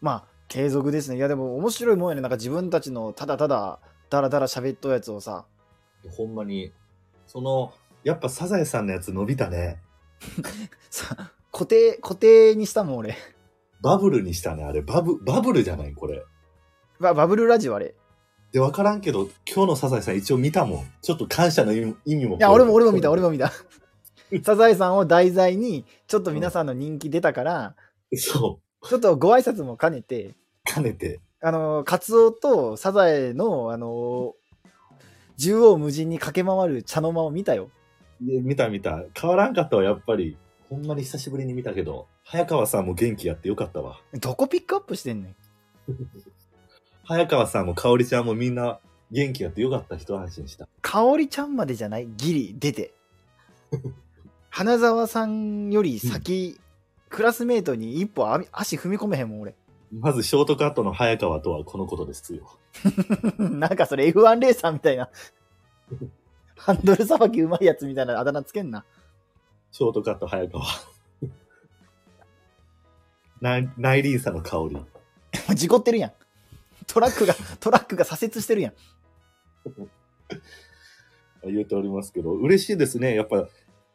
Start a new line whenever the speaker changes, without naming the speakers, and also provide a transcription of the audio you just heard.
まあ、継続ですね。いや、でも面白いもんやね。なんか自分たちのただただ、だらだら喋っとるやつをさ、
ほんまに。その、やっぱサザエさんのやつ伸びたね。
さ固定、固定にしたもん、俺。
バブルにしたね、あれ。バブ、バブルじゃないこれ。
ババブルラジオあれ。
で、わからんけど、今日のサザエさん一応見たもん。ちょっと感謝の意味意味も。
いや、俺も俺も見た、俺も見た。サザエさんを題材に、ちょっと皆さんの人気出たから、
そ
ちょっとご挨拶も兼ねて、
う、兼ねて。
あの、カツオとサザエの、あの、縦横無尽に駆け回る茶の間を見たよ。
で見た見た。変わらんかったわ、やっぱり。ほんまに久しぶりに見たけど、早川さんも元気やってよかったわ。
どこピックアップしてんねん。
早川さんも香織ちゃんもみんな元気やってよかった、一安心した。
かおりちゃんまでじゃないギリ出て。花沢さんより先、クラスメートに一歩あみ足踏み込めへんもん、俺。
まずショートカットの早川とはこのことですよ。
なんかそれ F1 レーサーみたいな。ハンドルさばきうまいやつみたいなあだ名つけんな。
ショートカット早川。 ナイナイリンさの香り。
事故ってるやん。トラックが、トラックが左折してるやん。
言うておりますけど、嬉しいですね。やっぱ